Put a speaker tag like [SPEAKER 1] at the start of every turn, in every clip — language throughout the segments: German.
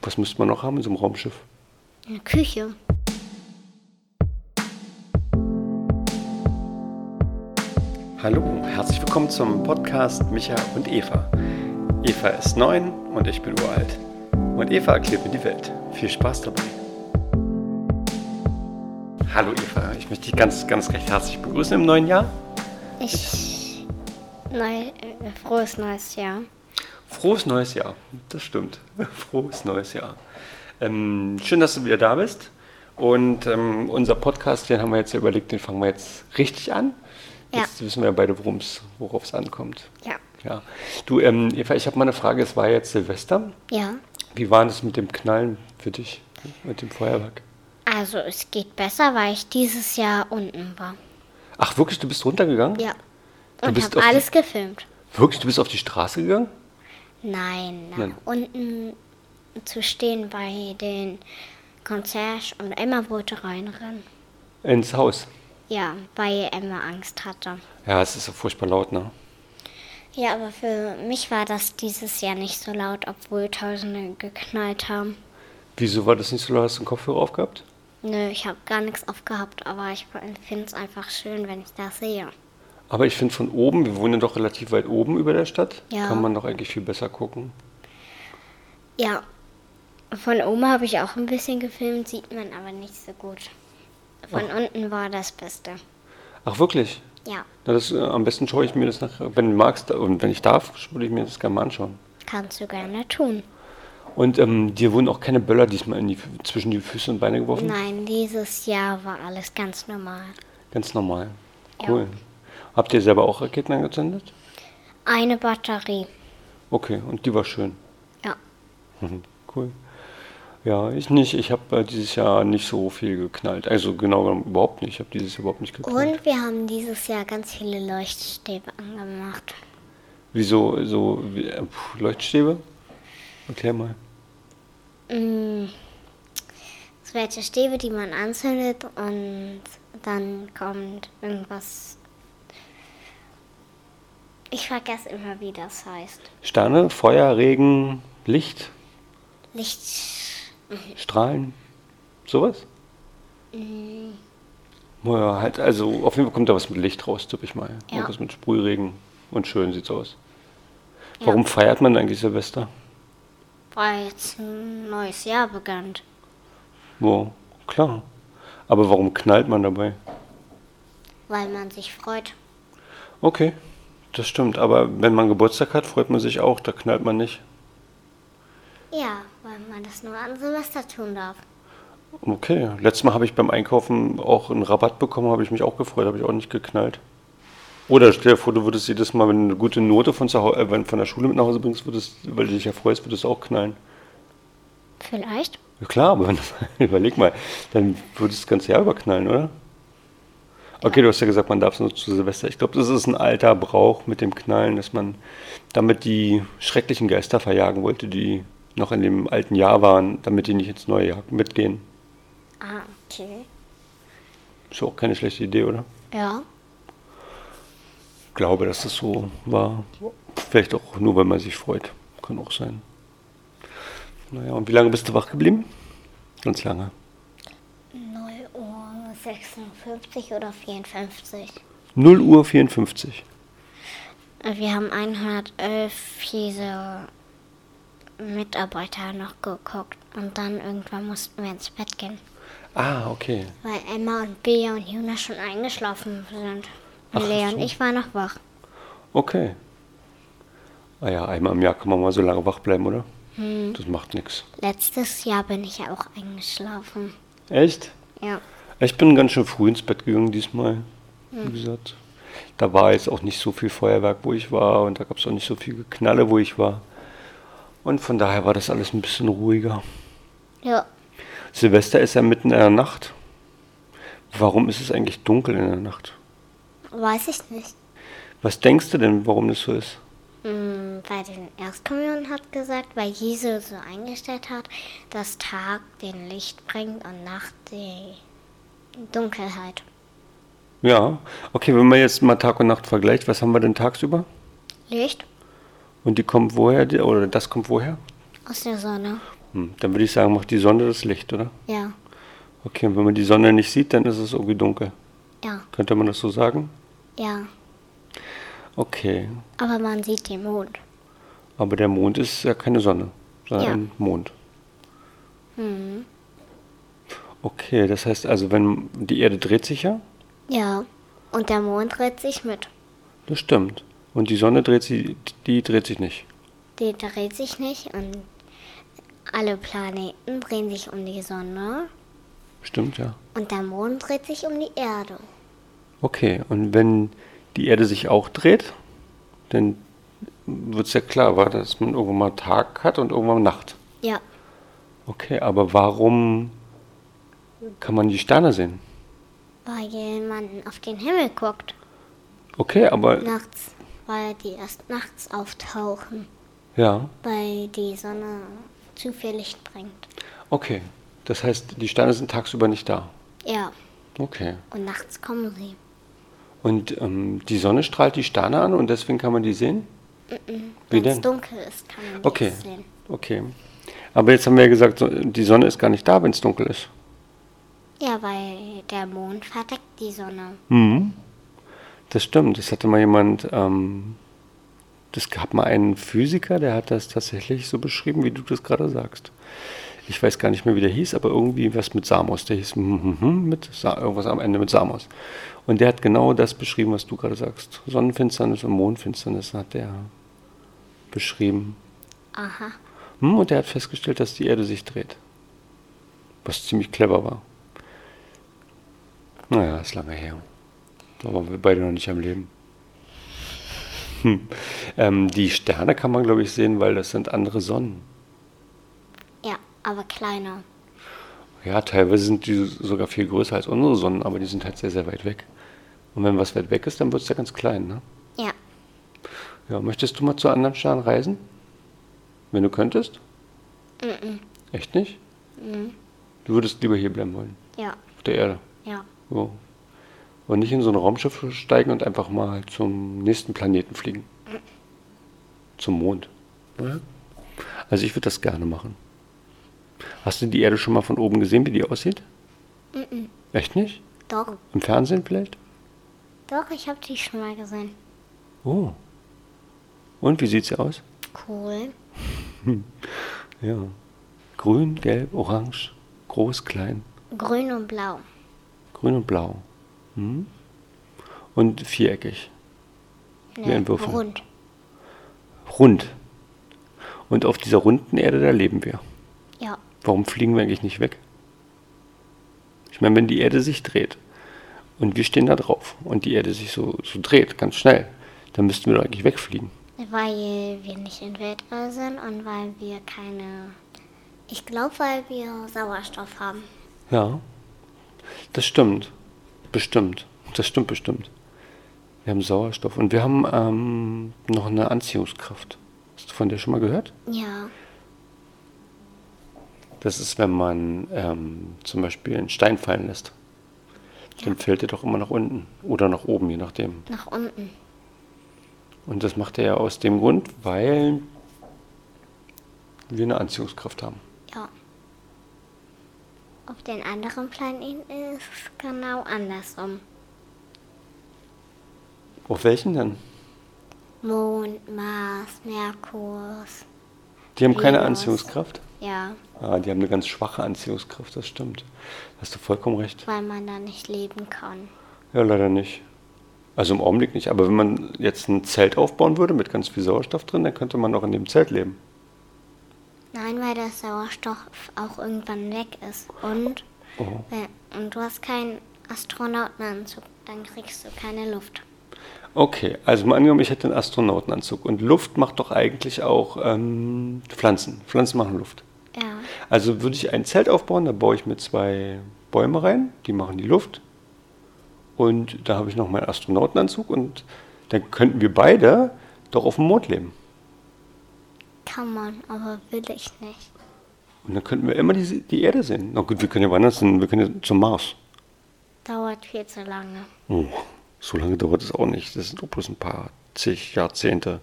[SPEAKER 1] Was müsste man noch haben in so einem Raumschiff?
[SPEAKER 2] Eine Küche.
[SPEAKER 1] Hallo, herzlich willkommen zum Podcast Micha und Eva. Eva ist neun und ich bin uralt. Und Eva erklärt mir die Welt. Viel Spaß dabei. Hallo Eva, ich möchte dich ganz, ganz recht herzlich begrüßen im neuen Jahr.
[SPEAKER 2] Ich. Neu, äh, frohes neues Jahr.
[SPEAKER 1] Frohes neues Jahr, das stimmt. Frohes neues Jahr. Ähm, schön, dass du wieder da bist. Und ähm, unser Podcast, den haben wir jetzt ja überlegt, den fangen wir jetzt richtig an.
[SPEAKER 2] Ja.
[SPEAKER 1] Jetzt wissen wir ja beide, worum's- worauf es ankommt.
[SPEAKER 2] Ja.
[SPEAKER 1] Ja. Du, ähm, Eva, ich habe mal eine Frage. Es war jetzt Silvester.
[SPEAKER 2] Ja.
[SPEAKER 1] Wie war das mit dem Knallen für dich, mit dem Feuerwerk?
[SPEAKER 2] Also, es geht besser, weil ich dieses Jahr unten war.
[SPEAKER 1] Ach, wirklich, du bist runtergegangen?
[SPEAKER 2] Ja.
[SPEAKER 1] Du
[SPEAKER 2] Und
[SPEAKER 1] bist
[SPEAKER 2] hab
[SPEAKER 1] auf die-
[SPEAKER 2] alles gefilmt.
[SPEAKER 1] Wirklich, du bist auf die Straße gegangen?
[SPEAKER 2] Nein, nach
[SPEAKER 1] Nein.
[SPEAKER 2] unten zu stehen bei den Konzerts und Emma wollte reinrennen.
[SPEAKER 1] Ins Haus.
[SPEAKER 2] Ja, weil Emma Angst hatte.
[SPEAKER 1] Ja, es ist so furchtbar laut, ne?
[SPEAKER 2] Ja, aber für mich war das dieses Jahr nicht so laut, obwohl Tausende geknallt haben.
[SPEAKER 1] Wieso war das nicht so laut? Hast du einen Kopfhörer aufgehabt?
[SPEAKER 2] Nö, ich habe gar nichts aufgehabt, aber ich finde es einfach schön, wenn ich das sehe.
[SPEAKER 1] Aber ich finde von oben, wir wohnen doch relativ weit oben über der Stadt,
[SPEAKER 2] Ja.
[SPEAKER 1] kann man doch eigentlich viel besser gucken.
[SPEAKER 2] Ja, von oben habe ich auch ein bisschen gefilmt, sieht man aber nicht so gut. Von unten war das Beste.
[SPEAKER 1] Ach, wirklich?
[SPEAKER 2] Ja,
[SPEAKER 1] Na, das, äh, am besten schaue ich mir das nachher, wenn du magst äh, und wenn ich darf, würde ich mir das gerne mal anschauen.
[SPEAKER 2] kannst du gerne tun.
[SPEAKER 1] Und ähm, dir wurden auch keine Böller diesmal in die, Fü- zwischen die Füße und Beine geworfen?
[SPEAKER 2] Nein, dieses Jahr war alles ganz normal.
[SPEAKER 1] Ganz normal.
[SPEAKER 2] Ja.
[SPEAKER 1] Cool. Habt ihr selber auch Raketen angezündet?
[SPEAKER 2] Eine Batterie.
[SPEAKER 1] Okay, und die war schön.
[SPEAKER 2] Ja,
[SPEAKER 1] Cool. Ja, ich nicht. Ich habe äh, dieses Jahr nicht so viel geknallt. Also genau genommen überhaupt nicht. Ich habe dieses Jahr überhaupt nicht geknallt.
[SPEAKER 2] und wir haben dieses Jahr ganz viele Leuchtstäbe angemacht.
[SPEAKER 1] Wieso so wie, äh, pf, Leuchtstäbe? Erklär mal.
[SPEAKER 2] Welche Stäbe, die man anzündet und dann kommt irgendwas. Ich vergesse immer, wie das heißt.
[SPEAKER 1] Sterne, Feuer, Regen, Licht,
[SPEAKER 2] Licht.
[SPEAKER 1] Strahlen, sowas? Naja, halt, also auf jeden Fall kommt da was mit Licht raus, tippe ich mal.
[SPEAKER 2] Ja.
[SPEAKER 1] Irgendwas mit Sprühregen und schön sieht's aus. Warum feiert man eigentlich Silvester?
[SPEAKER 2] Weil jetzt ein neues Jahr begann.
[SPEAKER 1] Wow, klar. Aber warum knallt man dabei?
[SPEAKER 2] Weil man sich freut.
[SPEAKER 1] Okay, das stimmt. Aber wenn man Geburtstag hat, freut man sich auch. Da knallt man nicht.
[SPEAKER 2] Ja, weil man das nur an Silvester tun darf.
[SPEAKER 1] Okay, letztes Mal habe ich beim Einkaufen auch einen Rabatt bekommen, habe ich mich auch gefreut, habe ich auch nicht geknallt. Oder stell dir vor, du würdest jedes Mal, wenn du eine gute Note von, zu Hau- äh, wenn von der Schule mit nach Hause bringst, würdest, weil du dich ja freust, würdest du auch knallen.
[SPEAKER 2] Vielleicht?
[SPEAKER 1] Ja klar, aber wenn, überleg mal, dann würdest du das ganze Jahr über knallen, oder? Okay, du hast ja gesagt, man darf es nur zu Silvester. Ich glaube, das ist ein alter Brauch mit dem Knallen, dass man damit die schrecklichen Geister verjagen wollte, die noch in dem alten Jahr waren, damit die nicht ins neue Jahr mitgehen.
[SPEAKER 2] Ah, okay.
[SPEAKER 1] Ist ja auch keine schlechte Idee, oder?
[SPEAKER 2] Ja.
[SPEAKER 1] Ich glaube, dass das so war. Vielleicht auch nur, weil man sich freut. Kann auch sein. Naja, und wie lange bist du wach geblieben? Ganz lange.
[SPEAKER 2] 9 Uhr 56 oder 54.
[SPEAKER 1] 0 Uhr 54.
[SPEAKER 2] Wir haben 111 fiese Mitarbeiter noch geguckt und dann irgendwann mussten wir ins Bett gehen,
[SPEAKER 1] Ah, okay.
[SPEAKER 2] weil Emma und Bea und Juna schon eingeschlafen sind.
[SPEAKER 1] Ach,
[SPEAKER 2] Und Lea und
[SPEAKER 1] so.
[SPEAKER 2] ich waren noch wach.
[SPEAKER 1] Okay. Ah ja, einmal im Jahr kann man mal so lange wach bleiben, oder? Das macht nichts.
[SPEAKER 2] Letztes Jahr bin ich ja auch eingeschlafen.
[SPEAKER 1] Echt?
[SPEAKER 2] Ja.
[SPEAKER 1] Ich bin ganz schön früh ins Bett gegangen diesmal, wie gesagt. Da war jetzt auch nicht so viel Feuerwerk, wo ich war und da gab es auch nicht so viel Geknalle, wo ich war. Und von daher war das alles ein bisschen ruhiger.
[SPEAKER 2] Ja.
[SPEAKER 1] Silvester ist ja mitten in der Nacht. Warum ist es eigentlich dunkel in der Nacht?
[SPEAKER 2] Weiß ich nicht.
[SPEAKER 1] Was denkst du denn, warum das so ist?
[SPEAKER 2] Hm, Bei den Erstkommunion hat gesagt, weil Jesus so eingestellt hat, dass Tag den Licht bringt und Nacht die Dunkelheit.
[SPEAKER 1] Ja, okay, wenn man jetzt mal Tag und Nacht vergleicht, was haben wir denn tagsüber?
[SPEAKER 2] Licht
[SPEAKER 1] Und die kommt woher, die, oder das kommt woher?
[SPEAKER 2] aus der Sonne.
[SPEAKER 1] Hm, Dann würde ich sagen, macht die Sonne das Licht, oder?
[SPEAKER 2] Ja,
[SPEAKER 1] Okay, und wenn man die Sonne nicht sieht, dann ist es irgendwie dunkel.
[SPEAKER 2] ja,
[SPEAKER 1] Könnte man das so sagen?
[SPEAKER 2] ja.
[SPEAKER 1] Okay,
[SPEAKER 2] Aber man sieht den Mond.
[SPEAKER 1] aber der Mond ist ja keine Sonne, sondern
[SPEAKER 2] Ja.
[SPEAKER 1] ein Mond. Okay, das heißt also, wenn die Erde dreht sich ja,
[SPEAKER 2] Ja. Und der Mond dreht sich mit.
[SPEAKER 1] das stimmt. Und die Sonne dreht sie, die dreht sich nicht.
[SPEAKER 2] Die dreht sich nicht und alle Planeten drehen sich um die Sonne
[SPEAKER 1] Stimmt, ja.
[SPEAKER 2] und der Mond dreht sich um die Erde.
[SPEAKER 1] Okay, und wenn die Erde sich auch dreht, dann wird es ja klar, wa, dass man irgendwann mal Tag hat und irgendwann mal Nacht.
[SPEAKER 2] Ja,
[SPEAKER 1] Okay, aber warum kann man die Sterne sehen?
[SPEAKER 2] weil man auf den Himmel guckt
[SPEAKER 1] Okay, aber
[SPEAKER 2] nachts, weil die erst nachts auftauchen,
[SPEAKER 1] ja,
[SPEAKER 2] weil die Sonne zu viel Licht bringt.
[SPEAKER 1] okay. Das heißt, die Sterne sind tagsüber nicht da.
[SPEAKER 2] Ja,
[SPEAKER 1] Okay.
[SPEAKER 2] und nachts kommen sie.
[SPEAKER 1] Und ähm, die Sonne strahlt die Sterne an und deswegen kann man die sehen? Wie
[SPEAKER 2] Wenn es
[SPEAKER 1] denn?
[SPEAKER 2] dunkel ist, kann man
[SPEAKER 1] Okay.
[SPEAKER 2] nichts sehen.
[SPEAKER 1] Okay. Aber jetzt haben wir ja gesagt, so- die Sonne ist gar nicht da, wenn es dunkel ist.
[SPEAKER 2] Ja, weil der Mond verdeckt die Sonne.
[SPEAKER 1] Mhm. Das stimmt. Das hatte mal jemand, ähm, das gab mal einen Physiker, der hat das tatsächlich so beschrieben, wie du das gerade sagst. Ich weiß gar nicht mehr, wie der hieß, aber irgendwie was mit Samos. Der hieß mhm, mhm, mit Sa irgendwas am Ende mit Samos. Und der hat genau das beschrieben, was du gerade sagst. Sonnenfinsternis und Mondfinsternis hat der beschrieben.
[SPEAKER 2] Aha.
[SPEAKER 1] Hm, Und er hat festgestellt, dass die Erde sich dreht. Was ziemlich clever war. Naja, ist lange her. Da waren wir beide noch nicht am Leben. Hm. Ähm, die Sterne kann man, glaube ich, sehen, weil das sind andere Sonnen.
[SPEAKER 2] Ja, aber kleiner.
[SPEAKER 1] Ja, teilweise sind die sogar viel größer als unsere Sonnen, aber die sind halt sehr, sehr weit weg. Und wenn was weit weg ist, dann wird es ja ganz klein. Ne?
[SPEAKER 2] Ja.
[SPEAKER 1] Ja, möchtest du mal zu anderen Sternen reisen? Wenn du könntest? Echt nicht? Du würdest lieber hier bleiben wollen,
[SPEAKER 2] Ja,
[SPEAKER 1] auf der Erde.
[SPEAKER 2] ja,
[SPEAKER 1] So. Und nicht in so ein Raumschiff steigen und einfach mal zum nächsten Planeten fliegen. Zum Mond. oder? Also ich würde das gerne machen. Hast du die Erde schon mal von oben gesehen, wie die aussieht? Echt nicht?
[SPEAKER 2] doch,
[SPEAKER 1] Im Fernsehen vielleicht?
[SPEAKER 2] doch, ich habe die schon mal gesehen.
[SPEAKER 1] Oh. Und wie sieht sie aus?
[SPEAKER 2] Cool.
[SPEAKER 1] Ja. Grün, gelb, orange, groß, klein,
[SPEAKER 2] Grün und blau.
[SPEAKER 1] grün und blau. Hm? Und viereckig. Wie ein Würfel.
[SPEAKER 2] Ne, Rund.
[SPEAKER 1] Rund. Und auf dieser runden Erde, da leben wir.
[SPEAKER 2] Ja,
[SPEAKER 1] Warum fliegen wir eigentlich nicht weg? Ich meine, wenn die Erde sich dreht und wir stehen da drauf und die Erde sich so, so dreht, ganz schnell, dann müssten wir doch eigentlich wegfliegen.
[SPEAKER 2] weil wir nicht im Weltall sind und weil wir keine. Ich glaube, weil wir Sauerstoff haben.
[SPEAKER 1] Ja, das stimmt. Bestimmt. Das stimmt bestimmt. Wir haben Sauerstoff und wir haben ähm, noch eine Anziehungskraft. Hast du von der schon mal gehört?
[SPEAKER 2] Ja,
[SPEAKER 1] Das ist, wenn man ähm, zum Beispiel einen Stein fallen lässt. Dann fällt er doch immer nach unten oder nach oben, je nachdem.
[SPEAKER 2] nach unten.
[SPEAKER 1] Und das macht er ja aus dem Grund, weil wir eine Anziehungskraft haben.
[SPEAKER 2] Ja. Auf den anderen Planeten ist es genau andersrum.
[SPEAKER 1] Auf welchen denn?
[SPEAKER 2] Mond, Mars, Merkurs.
[SPEAKER 1] Die haben keine
[SPEAKER 2] Venus.
[SPEAKER 1] Anziehungskraft.
[SPEAKER 2] Ja,
[SPEAKER 1] Ah, die haben eine ganz schwache Anziehungskraft, das stimmt. Hast du vollkommen recht.
[SPEAKER 2] weil man da nicht leben kann.
[SPEAKER 1] Ja, leider nicht. Also im Augenblick nicht. Aber wenn man jetzt ein Zelt aufbauen würde mit ganz viel Sauerstoff drin, dann könnte man auch in dem Zelt leben.
[SPEAKER 2] Nein, weil der Sauerstoff auch irgendwann weg ist. Und,
[SPEAKER 1] Oh.
[SPEAKER 2] wenn- und du hast keinen Astronautenanzug, dann kriegst du keine Luft.
[SPEAKER 1] Okay, also mal angenommen, ich hätte einen Astronautenanzug. Und Luft macht doch eigentlich auch ähm, Pflanzen. Pflanzen machen Luft.
[SPEAKER 2] Ja,
[SPEAKER 1] Also würde ich ein Zelt aufbauen, da baue ich mir zwei Bäume rein, die machen die Luft. Und da habe ich noch meinen Astronautenanzug und dann könnten wir beide doch auf dem Mond leben.
[SPEAKER 2] kann man, aber will ich nicht.
[SPEAKER 1] Und dann könnten wir immer die, die Erde sehen. Na gut, wir können ja woanders hin, wir können ja zum Mars.
[SPEAKER 2] Dauert viel zu lange.
[SPEAKER 1] Oh, so lange dauert es auch nicht. Das sind doch bloß ein paar zig Jahrzehnte.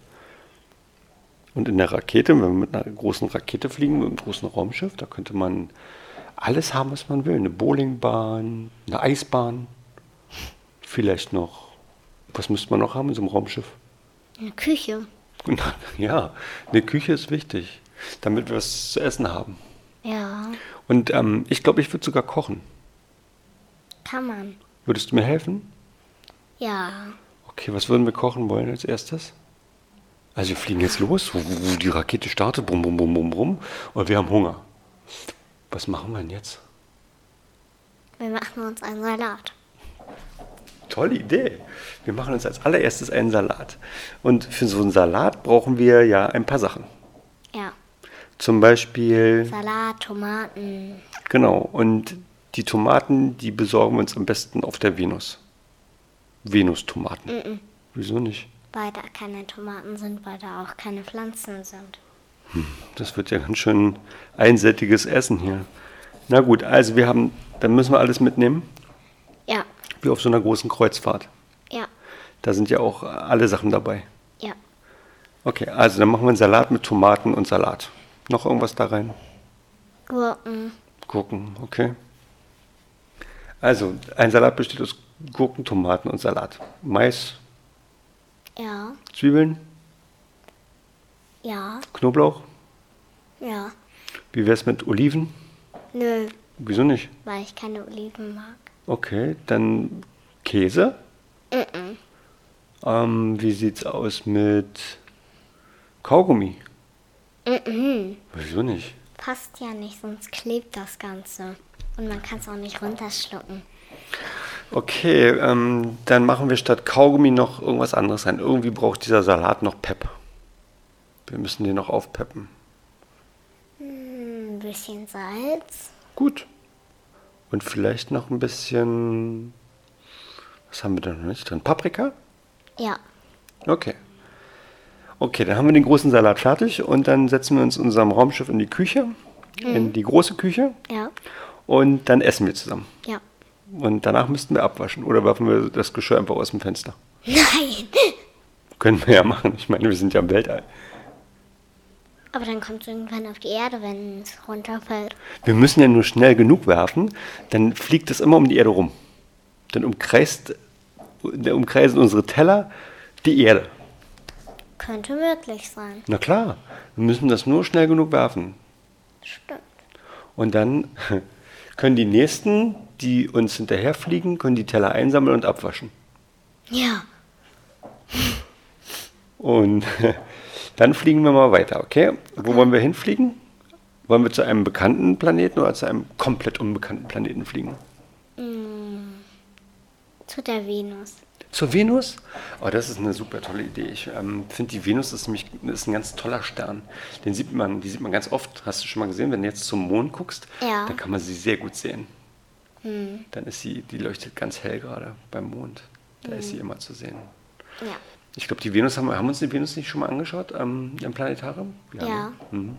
[SPEAKER 1] Und in der Rakete, wenn wir mit einer großen Rakete fliegen, mit einem großen Raumschiff, da könnte man alles haben, was man will. Eine Bowlingbahn, eine Eisbahn, vielleicht noch. Was müsste man noch haben in so einem Raumschiff?
[SPEAKER 2] Eine Küche.
[SPEAKER 1] Ja, eine Küche ist wichtig, damit wir was zu essen haben.
[SPEAKER 2] Ja,
[SPEAKER 1] Und ähm, ich glaube, ich würde sogar kochen.
[SPEAKER 2] kann man.
[SPEAKER 1] Würdest du mir helfen?
[SPEAKER 2] Ja.
[SPEAKER 1] Okay, was würden wir kochen wollen als erstes? Also wir fliegen jetzt los, wuh, wuh, wuh, die Rakete startet, brumm, brumm, brumm, brumm, brumm, und wir haben Hunger. Was machen wir denn jetzt?
[SPEAKER 2] Wir machen uns einen Salat.
[SPEAKER 1] Tolle Idee. Wir machen uns als allererstes einen Salat. Und für so einen Salat brauchen wir ja ein paar Sachen.
[SPEAKER 2] Ja.
[SPEAKER 1] Zum Beispiel,
[SPEAKER 2] Salat, Tomaten.
[SPEAKER 1] genau, und die Tomaten, die besorgen wir uns am besten auf der Venus. Venus-Tomaten. Wieso nicht?
[SPEAKER 2] Weil da keine Tomaten sind, weil da auch keine Pflanzen sind.
[SPEAKER 1] Das wird ja ganz schön einsättiges Essen hier. Na gut, also wir haben, dann müssen wir alles mitnehmen,
[SPEAKER 2] Ja,
[SPEAKER 1] wie auf so einer großen Kreuzfahrt.
[SPEAKER 2] ja,
[SPEAKER 1] Da sind ja auch alle Sachen dabei.
[SPEAKER 2] ja.
[SPEAKER 1] Okay, also dann machen wir einen Salat mit Tomaten und Salat. Noch irgendwas da rein?
[SPEAKER 2] Gurken,
[SPEAKER 1] Gurken, okay. Also, ein Salat besteht aus Gurken, Tomaten und Salat. Mais,
[SPEAKER 2] ja,
[SPEAKER 1] Zwiebeln,
[SPEAKER 2] ja,
[SPEAKER 1] Knoblauch.
[SPEAKER 2] ja.
[SPEAKER 1] Wie wär's mit Oliven?
[SPEAKER 2] Nö,
[SPEAKER 1] Wieso nicht?
[SPEAKER 2] weil ich keine Oliven mag.
[SPEAKER 1] Okay, dann Käse. Ähm, wie sieht's aus mit Kaugummi? Wieso nicht?
[SPEAKER 2] Passt ja nicht, sonst klebt das Ganze. Und man kann es auch nicht runterschlucken.
[SPEAKER 1] Okay, ähm, dann machen wir statt Kaugummi noch irgendwas anderes rein. Irgendwie braucht dieser Salat noch Pep. Wir müssen den noch aufpeppen.
[SPEAKER 2] Ein bisschen Salz,
[SPEAKER 1] Gut. Und vielleicht noch ein bisschen. Was haben wir da noch nicht drin? Paprika?
[SPEAKER 2] ja,
[SPEAKER 1] Okay. Okay, dann haben wir den großen Salat fertig und dann setzen wir uns in unserem Raumschiff in die Küche, in die große Küche
[SPEAKER 2] ja,
[SPEAKER 1] und dann essen wir zusammen.
[SPEAKER 2] ja.
[SPEAKER 1] Und danach müssten wir abwaschen oder werfen wir das Geschirr einfach aus dem Fenster.
[SPEAKER 2] Nein!
[SPEAKER 1] Können wir ja machen. Ich meine, wir sind ja im Weltall.
[SPEAKER 2] Aber dann kommt es irgendwann auf die Erde, wenn es runterfällt.
[SPEAKER 1] Wir müssen ja nur schnell genug werfen, dann fliegt es immer um die Erde rum. Dann umkreist, dann umkreisen unsere Teller die Erde.
[SPEAKER 2] Könnte möglich sein.
[SPEAKER 1] Na klar, wir müssen das nur schnell genug werfen.
[SPEAKER 2] Stimmt.
[SPEAKER 1] Und dann können die Nächsten, die uns hinterherfliegen, können die Teller einsammeln und abwaschen.
[SPEAKER 2] Ja,
[SPEAKER 1] Und dann fliegen wir mal weiter, okay? Wo wollen wir hinfliegen? Wollen wir zu einem bekannten Planeten oder zu einem komplett unbekannten Planeten fliegen?
[SPEAKER 2] zu der Venus.
[SPEAKER 1] Zur Venus? Oh, das ist eine super tolle Idee. Ich ähm, finde, die Venus ist nämlich ist ein ganz toller Stern. Den sieht man, die sieht man ganz oft. Hast du schon mal gesehen, wenn du jetzt zum Mond guckst,
[SPEAKER 2] Ja. Hm.
[SPEAKER 1] dann kann man sie sehr gut sehen. Dann ist sie, die leuchtet ganz hell gerade beim Mond. Da ist sie
[SPEAKER 2] Hm.
[SPEAKER 1] immer zu sehen.
[SPEAKER 2] Ja.
[SPEAKER 1] Ich glaube, die Venus haben wir, haben wir uns die Venus nicht schon mal angeschaut ähm, im Planetarium?
[SPEAKER 2] Ja.
[SPEAKER 1] ne? Mhm.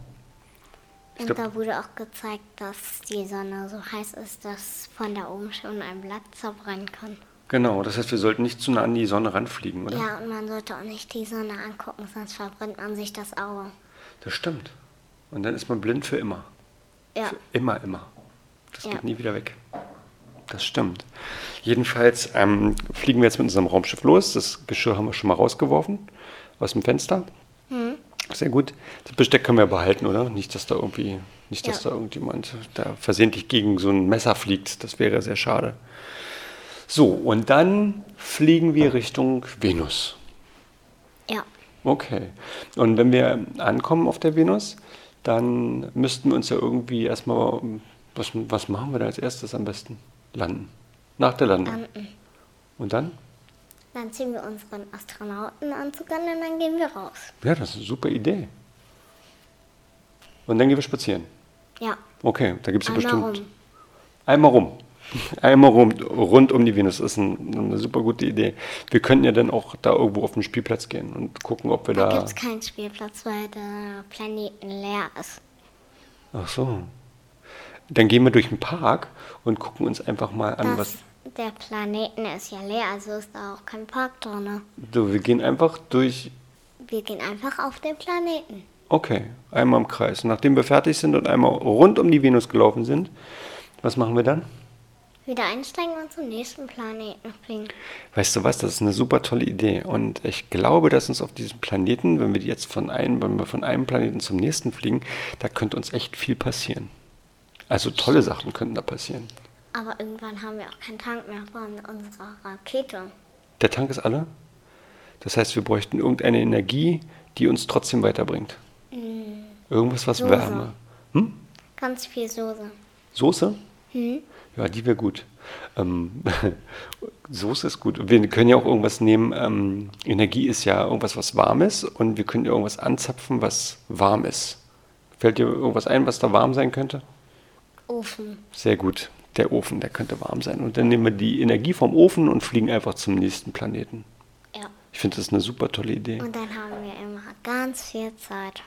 [SPEAKER 2] Und
[SPEAKER 1] glaub-
[SPEAKER 2] da wurde auch gezeigt, dass die Sonne so heiß ist, dass von da oben schon ein Blatt zerbrennen kann.
[SPEAKER 1] Genau, das heißt, wir sollten nicht zu nah an die Sonne ranfliegen, oder?
[SPEAKER 2] Ja, und man sollte auch nicht die Sonne angucken, sonst verbrennt man sich das Auge.
[SPEAKER 1] Das stimmt. Und dann ist man blind für immer.
[SPEAKER 2] Ja,
[SPEAKER 1] Für immer, immer. Das
[SPEAKER 2] Ja.
[SPEAKER 1] geht nie wieder weg. Das stimmt. Jedenfalls ähm, fliegen wir jetzt mit unserem Raumschiff los. Das Geschirr haben wir schon mal rausgeworfen aus dem Fenster.
[SPEAKER 2] Mhm.
[SPEAKER 1] Sehr gut. Das Besteck können wir behalten, oder? Nicht, dass da irgendwie, nicht, dass
[SPEAKER 2] Ja.
[SPEAKER 1] da irgendjemand da versehentlich gegen so ein Messer fliegt. Das wäre sehr schade. So, und dann fliegen wir Richtung Venus.
[SPEAKER 2] ja,
[SPEAKER 1] Okay. Und wenn wir ankommen auf der Venus, dann müssten wir uns ja irgendwie erstmal, ähm, was, was machen wir da als erstes am besten? Landen. Nach der Landung. Und dann?
[SPEAKER 2] dann ziehen wir unseren Astronautenanzug an und dann gehen wir raus.
[SPEAKER 1] Ja, das ist eine super Idee. Und dann gehen wir spazieren.
[SPEAKER 2] Ja,
[SPEAKER 1] Okay, da gibt es ja
[SPEAKER 2] einmal
[SPEAKER 1] bestimmt.
[SPEAKER 2] rum.
[SPEAKER 1] Einmal rum. Einmal rum, rund um die Venus. Das ist ein, eine super gute Idee. Wir könnten ja dann auch da irgendwo auf den Spielplatz gehen und gucken, ob wir
[SPEAKER 2] Da
[SPEAKER 1] da.
[SPEAKER 2] gibt es keinen Spielplatz, weil der Planeten leer ist.
[SPEAKER 1] Ach so. Dann gehen wir durch den Park und gucken uns einfach mal an, was.
[SPEAKER 2] Das, der Planeten ist ja leer, also ist da auch kein Park drin.
[SPEAKER 1] So, wir gehen einfach durch
[SPEAKER 2] Wir gehen einfach auf den Planeten.
[SPEAKER 1] Okay, einmal im Kreis. Nachdem wir fertig sind und einmal rund um die Venus gelaufen sind, was machen wir dann?
[SPEAKER 2] Wieder einsteigen und zum nächsten Planeten fliegen.
[SPEAKER 1] Weißt du was, das ist eine super tolle Idee. Und ich glaube, dass uns auf diesem Planeten, wenn wir jetzt von einem, wenn wir von einem Planeten zum nächsten fliegen, da könnte uns echt viel passieren. Also tolle Sachen könnten da passieren.
[SPEAKER 2] Aber irgendwann haben wir auch keinen Tank mehr von unserer Rakete.
[SPEAKER 1] Der Tank ist alle. Das heißt, wir bräuchten irgendeine Energie, die uns trotzdem weiterbringt. Irgendwas, was
[SPEAKER 2] Mm. Soße.
[SPEAKER 1] Wärme. Hm?
[SPEAKER 2] Ganz viel Soße.
[SPEAKER 1] Soße?
[SPEAKER 2] Hm?
[SPEAKER 1] Ja, die wäre gut. Ähm, Soße ist gut. Wir können ja auch irgendwas nehmen. Ähm, Energie ist ja irgendwas, was warm ist. Und wir können ja irgendwas anzapfen, was warm ist. Fällt dir irgendwas ein, was da warm sein könnte?
[SPEAKER 2] Ofen.
[SPEAKER 1] Sehr gut. Der Ofen, der könnte warm sein. Und dann nehmen wir die Energie vom Ofen und fliegen einfach zum nächsten Planeten.
[SPEAKER 2] Ja.
[SPEAKER 1] Ich finde das ist eine super tolle Idee.
[SPEAKER 2] Und dann haben wir immer ganz viel Zeit.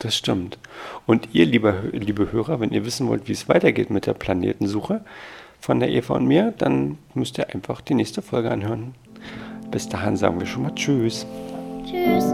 [SPEAKER 1] Das stimmt. Und ihr, lieber, liebe Hörer, wenn ihr wissen wollt, wie es weitergeht mit der Planetensuche von der Eva und mir, dann müsst ihr einfach die nächste Folge anhören. Bis dahin sagen wir schon mal Tschüss.
[SPEAKER 2] Tschüss.